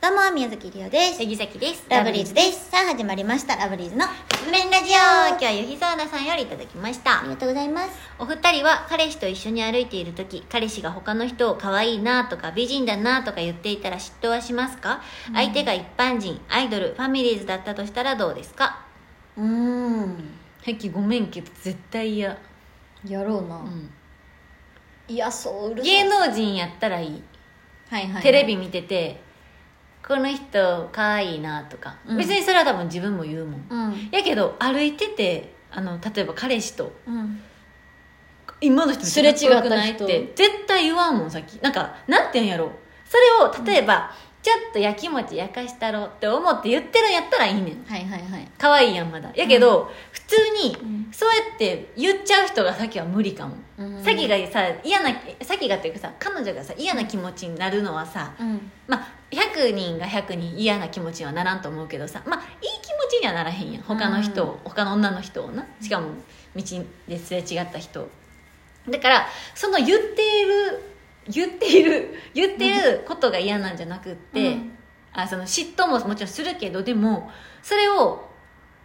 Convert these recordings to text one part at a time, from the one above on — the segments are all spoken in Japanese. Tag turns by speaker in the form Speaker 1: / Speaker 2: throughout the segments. Speaker 1: どうも宮崎りおです
Speaker 2: 杉崎です
Speaker 1: ラブリーズですさあ始まりましたラブリーズの面ラジオ
Speaker 2: 今日はゆひそうなさんよりいただきまし
Speaker 1: あ
Speaker 2: た
Speaker 1: りがとうございます
Speaker 2: お二人は彼氏と一緒に歩いている時彼氏が他の人を可愛いなとか美人だなとか言っていたら嫉妬はしますか、相手が一般人アイドルファミリーズだったとしたらどうですか
Speaker 1: うーん
Speaker 2: はいきごめんけど絶対嫌、
Speaker 1: やろうな、
Speaker 2: う
Speaker 1: いやそううるさい
Speaker 2: ん、芸能人やったらいい
Speaker 1: はいはいはい
Speaker 2: テレビ見ててこの人可愛いなとか、
Speaker 1: うん
Speaker 2: 別にそれは多分自分も言うもん、
Speaker 1: うん
Speaker 2: やけど歩いててあの例えば彼氏と
Speaker 1: うん
Speaker 2: 今の人
Speaker 1: すれ違った人
Speaker 2: かっこよくないって絶対言わんもんさっきなんかなんて言うんやろそれを例えば、ちょっとやきもちやかしたろって思って言ってるんやったらいいねん
Speaker 1: はいはいはい
Speaker 2: 可愛いやんまだやけど、普通に
Speaker 1: うん
Speaker 2: そうやって言っちゃう人がさっきは無理かも、
Speaker 1: うん
Speaker 2: さっきがさ嫌なさっきがっていうかさ彼女がさ嫌な気持ちになるのはさ、
Speaker 1: うん
Speaker 2: まあ、100人が100人嫌な気持ちにはならんと思うけどさ、まあ、いい気持ちにはならへんやん他の人を、他の女の人をなしかも道ですれ違った人をだからその言っている言っている言っていることが嫌なんじゃなくって、
Speaker 1: うん
Speaker 2: あその嫉妬ももちろんするけどでもそれを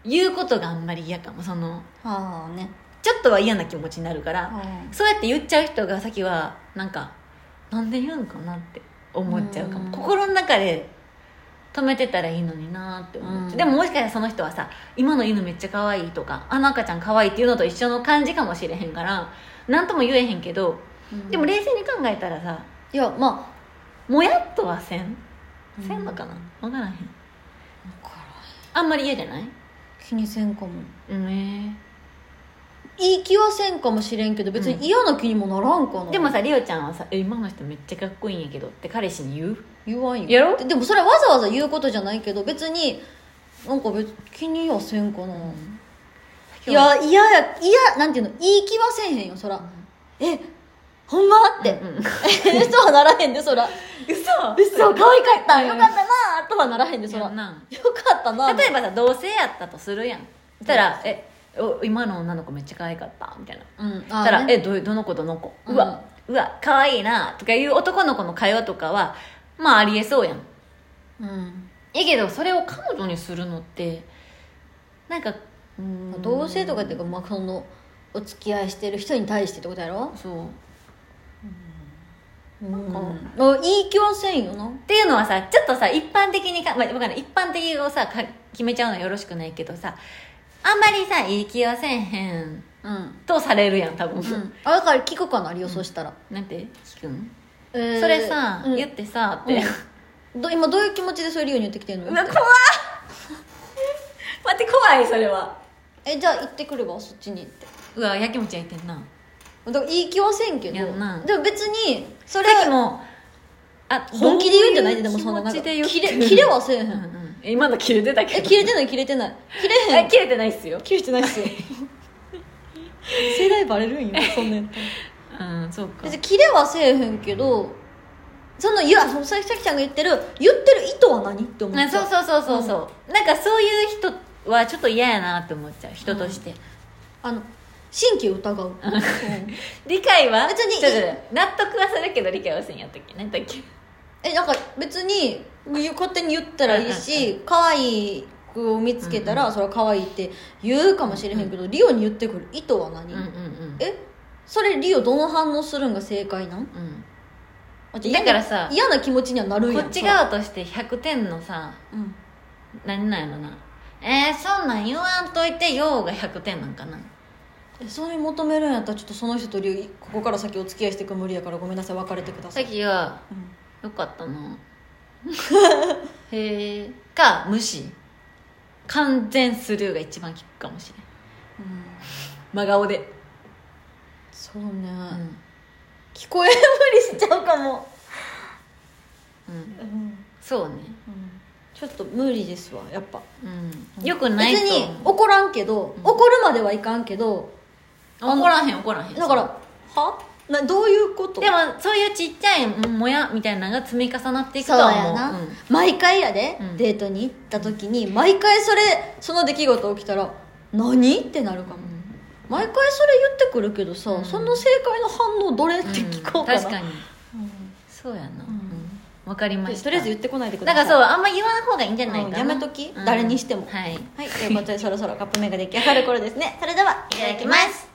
Speaker 2: 言うことがあんまり嫌かもその
Speaker 1: はあね
Speaker 2: ちょっとは嫌な気持ちになるから、
Speaker 1: は
Speaker 2: そうやって言っちゃう人が先はなんかなんで言うんかなって思っちゃうかも
Speaker 1: うん
Speaker 2: 心の中で止めてたらいいのになーって思っちゃう、
Speaker 1: うん
Speaker 2: でももしかしたらその人はさ今の犬めっちゃ可愛いとかあの赤ちゃん可愛いっていうのと一緒の感じかもしれへんから何とも言えへんけど
Speaker 1: あ
Speaker 2: でも冷静に考えたらさ
Speaker 1: いやまあ
Speaker 2: もやっとはせん
Speaker 1: うん
Speaker 2: せんのかな分からへん
Speaker 1: 分からん
Speaker 2: あんまり嫌じゃない
Speaker 1: 気にせんかも
Speaker 2: うんえ
Speaker 1: いい気はせんかもしれんけど別に嫌な気にもならんかな、
Speaker 2: でもさりおちゃんはさ「え今の人めっちゃかっこいいんやけど」って彼氏に言う
Speaker 1: 言わんよ
Speaker 2: やろ
Speaker 1: ででもそれはわざわざ言うことじゃないけど別になんか別気にはせんかな、いやいややいやなんていうのいい気はせえへんよそら、えほんまって、
Speaker 2: うんうん
Speaker 1: とはならへんでそら
Speaker 2: 嘘
Speaker 1: 嘘可愛かった
Speaker 2: うん
Speaker 1: よかったなとはならへんでそら
Speaker 2: や
Speaker 1: よ
Speaker 2: ん
Speaker 1: か
Speaker 2: な
Speaker 1: ったな
Speaker 2: 例えばさ同性やったとするやんそしたら「えお今の女の子めっちゃ可愛かった」みたいな
Speaker 1: うん
Speaker 2: そ
Speaker 1: あ
Speaker 2: したら「
Speaker 1: ね
Speaker 2: えどどの子どの子
Speaker 1: うん
Speaker 2: うわ、うわ可愛いな」とかいう男の子の会話とかはまあありえそうやん
Speaker 1: うん
Speaker 2: えけどそれを彼女にするのってなんかうーん
Speaker 1: 同性とかっていうかまあそのお付き合いしてる人に対してってことやろ
Speaker 2: そう
Speaker 1: うん
Speaker 2: か
Speaker 1: あいい気はせんよな
Speaker 2: っていうのはさちょっとさ一般的にか、まあ、わかんない一般的をさか決めちゃうのはよろしくないけどさあんまりさいい気はせんへん
Speaker 1: うん
Speaker 2: とされるやん多分、
Speaker 1: うん、あだから聞くかなリオそうしたら、
Speaker 2: なんて聞くん
Speaker 1: えー
Speaker 2: それさ、
Speaker 1: うん
Speaker 2: 言ってさって、
Speaker 1: うんど今どういう気持ちでそれリオに言ってきてんの
Speaker 2: うわ怖っ待って怖いそれは
Speaker 1: えじゃあ行ってくればそっちにって
Speaker 2: うわやきもち焼いてんな
Speaker 1: だから言い気はせんけど
Speaker 2: やんな
Speaker 1: でも別にそ
Speaker 2: さ
Speaker 1: れ
Speaker 2: っきもあ
Speaker 1: 本気で言うんじゃないででもそ
Speaker 2: そ
Speaker 1: の
Speaker 2: の
Speaker 1: なん
Speaker 2: 気
Speaker 1: か
Speaker 2: 持ち
Speaker 1: キ
Speaker 2: で言
Speaker 1: レ
Speaker 2: ってる
Speaker 1: キレはせえへ
Speaker 2: うんうんんえ今の切れてたけど
Speaker 1: え切れてない切れてない切れへ
Speaker 2: え
Speaker 1: ん
Speaker 2: 切れてないっすよ
Speaker 1: 切れてないっすよ世代バレるんよそんなんやったら
Speaker 2: うんそうか
Speaker 1: 別にキレはせえへんけどそのいやそのさきさきちゃんが言ってる言ってる意図は何って思っ
Speaker 2: あ
Speaker 1: ちゃ
Speaker 2: そううそうそうそうそう、なんかそういう人はちょっと嫌やなって思っちゃう人として、
Speaker 1: あの神経疑 う、うん
Speaker 2: 理解は
Speaker 1: 別に
Speaker 2: ちょっと待って納得はするけど理解はせんやったっけ何だっけ
Speaker 1: えなんか別に勝手に言ったらいいし可愛い子を見つけたら、それは可愛いって言うかもしれへんけど、リオに言ってくる意図は何、
Speaker 2: うんうんうん
Speaker 1: えそれリオどの反応するんが正解なん
Speaker 2: うん
Speaker 1: だ
Speaker 2: だからさ
Speaker 1: 嫌な気持ちにはなるん
Speaker 2: こ
Speaker 1: やん
Speaker 2: っち側として100点のさ
Speaker 1: そらうん
Speaker 2: 何なんやろなえー、そんなん言わんといてようが100点なんかな
Speaker 1: えそれ求めるんやったらちょっとその人とリオここから先お付き合いしていく無理やからごめんなさい別れてくださ
Speaker 2: さ
Speaker 1: い
Speaker 2: っきは
Speaker 1: うん
Speaker 2: よかっ たなへえか無視完全スルーが一番効くかもしれん
Speaker 1: うん
Speaker 2: 真顔で、
Speaker 1: そうね、
Speaker 2: うん
Speaker 1: 聞こえ無理しちゃうかも、
Speaker 2: うん、
Speaker 1: うん
Speaker 2: そうね
Speaker 1: ちょっと無理ですわやっぱ
Speaker 2: うんよくない
Speaker 1: 別
Speaker 2: と
Speaker 1: に
Speaker 2: 思う
Speaker 1: 怒らんけど、
Speaker 2: うん
Speaker 1: 怒るまではいかんけど
Speaker 2: 怒らへん怒らへん
Speaker 1: だからはなどういうこと
Speaker 2: でもそういうちっちゃいもやみたいなのが積み重なっていくと
Speaker 1: そう
Speaker 2: は思う
Speaker 1: やな、
Speaker 2: うん
Speaker 1: 毎回やで、
Speaker 2: うん
Speaker 1: デートに行った時に毎回それその出来事起きたら何ってなるかも、毎回それ言ってくるけどさ、
Speaker 2: うん
Speaker 1: その正解の反応どれって聞こうかな、
Speaker 2: 確かに
Speaker 1: うん
Speaker 2: そうやな、
Speaker 1: うん
Speaker 2: わかりました
Speaker 1: とりあえず言ってこないでく
Speaker 2: な
Speaker 1: だ
Speaker 2: ん
Speaker 1: さい
Speaker 2: かそうあんま言わん方がいいんじゃないかな、
Speaker 1: うんやめとき誰にしても
Speaker 2: はい
Speaker 1: はいということでそろそろカップ麺が出来上がる頃ですねそれではい
Speaker 2: ただきます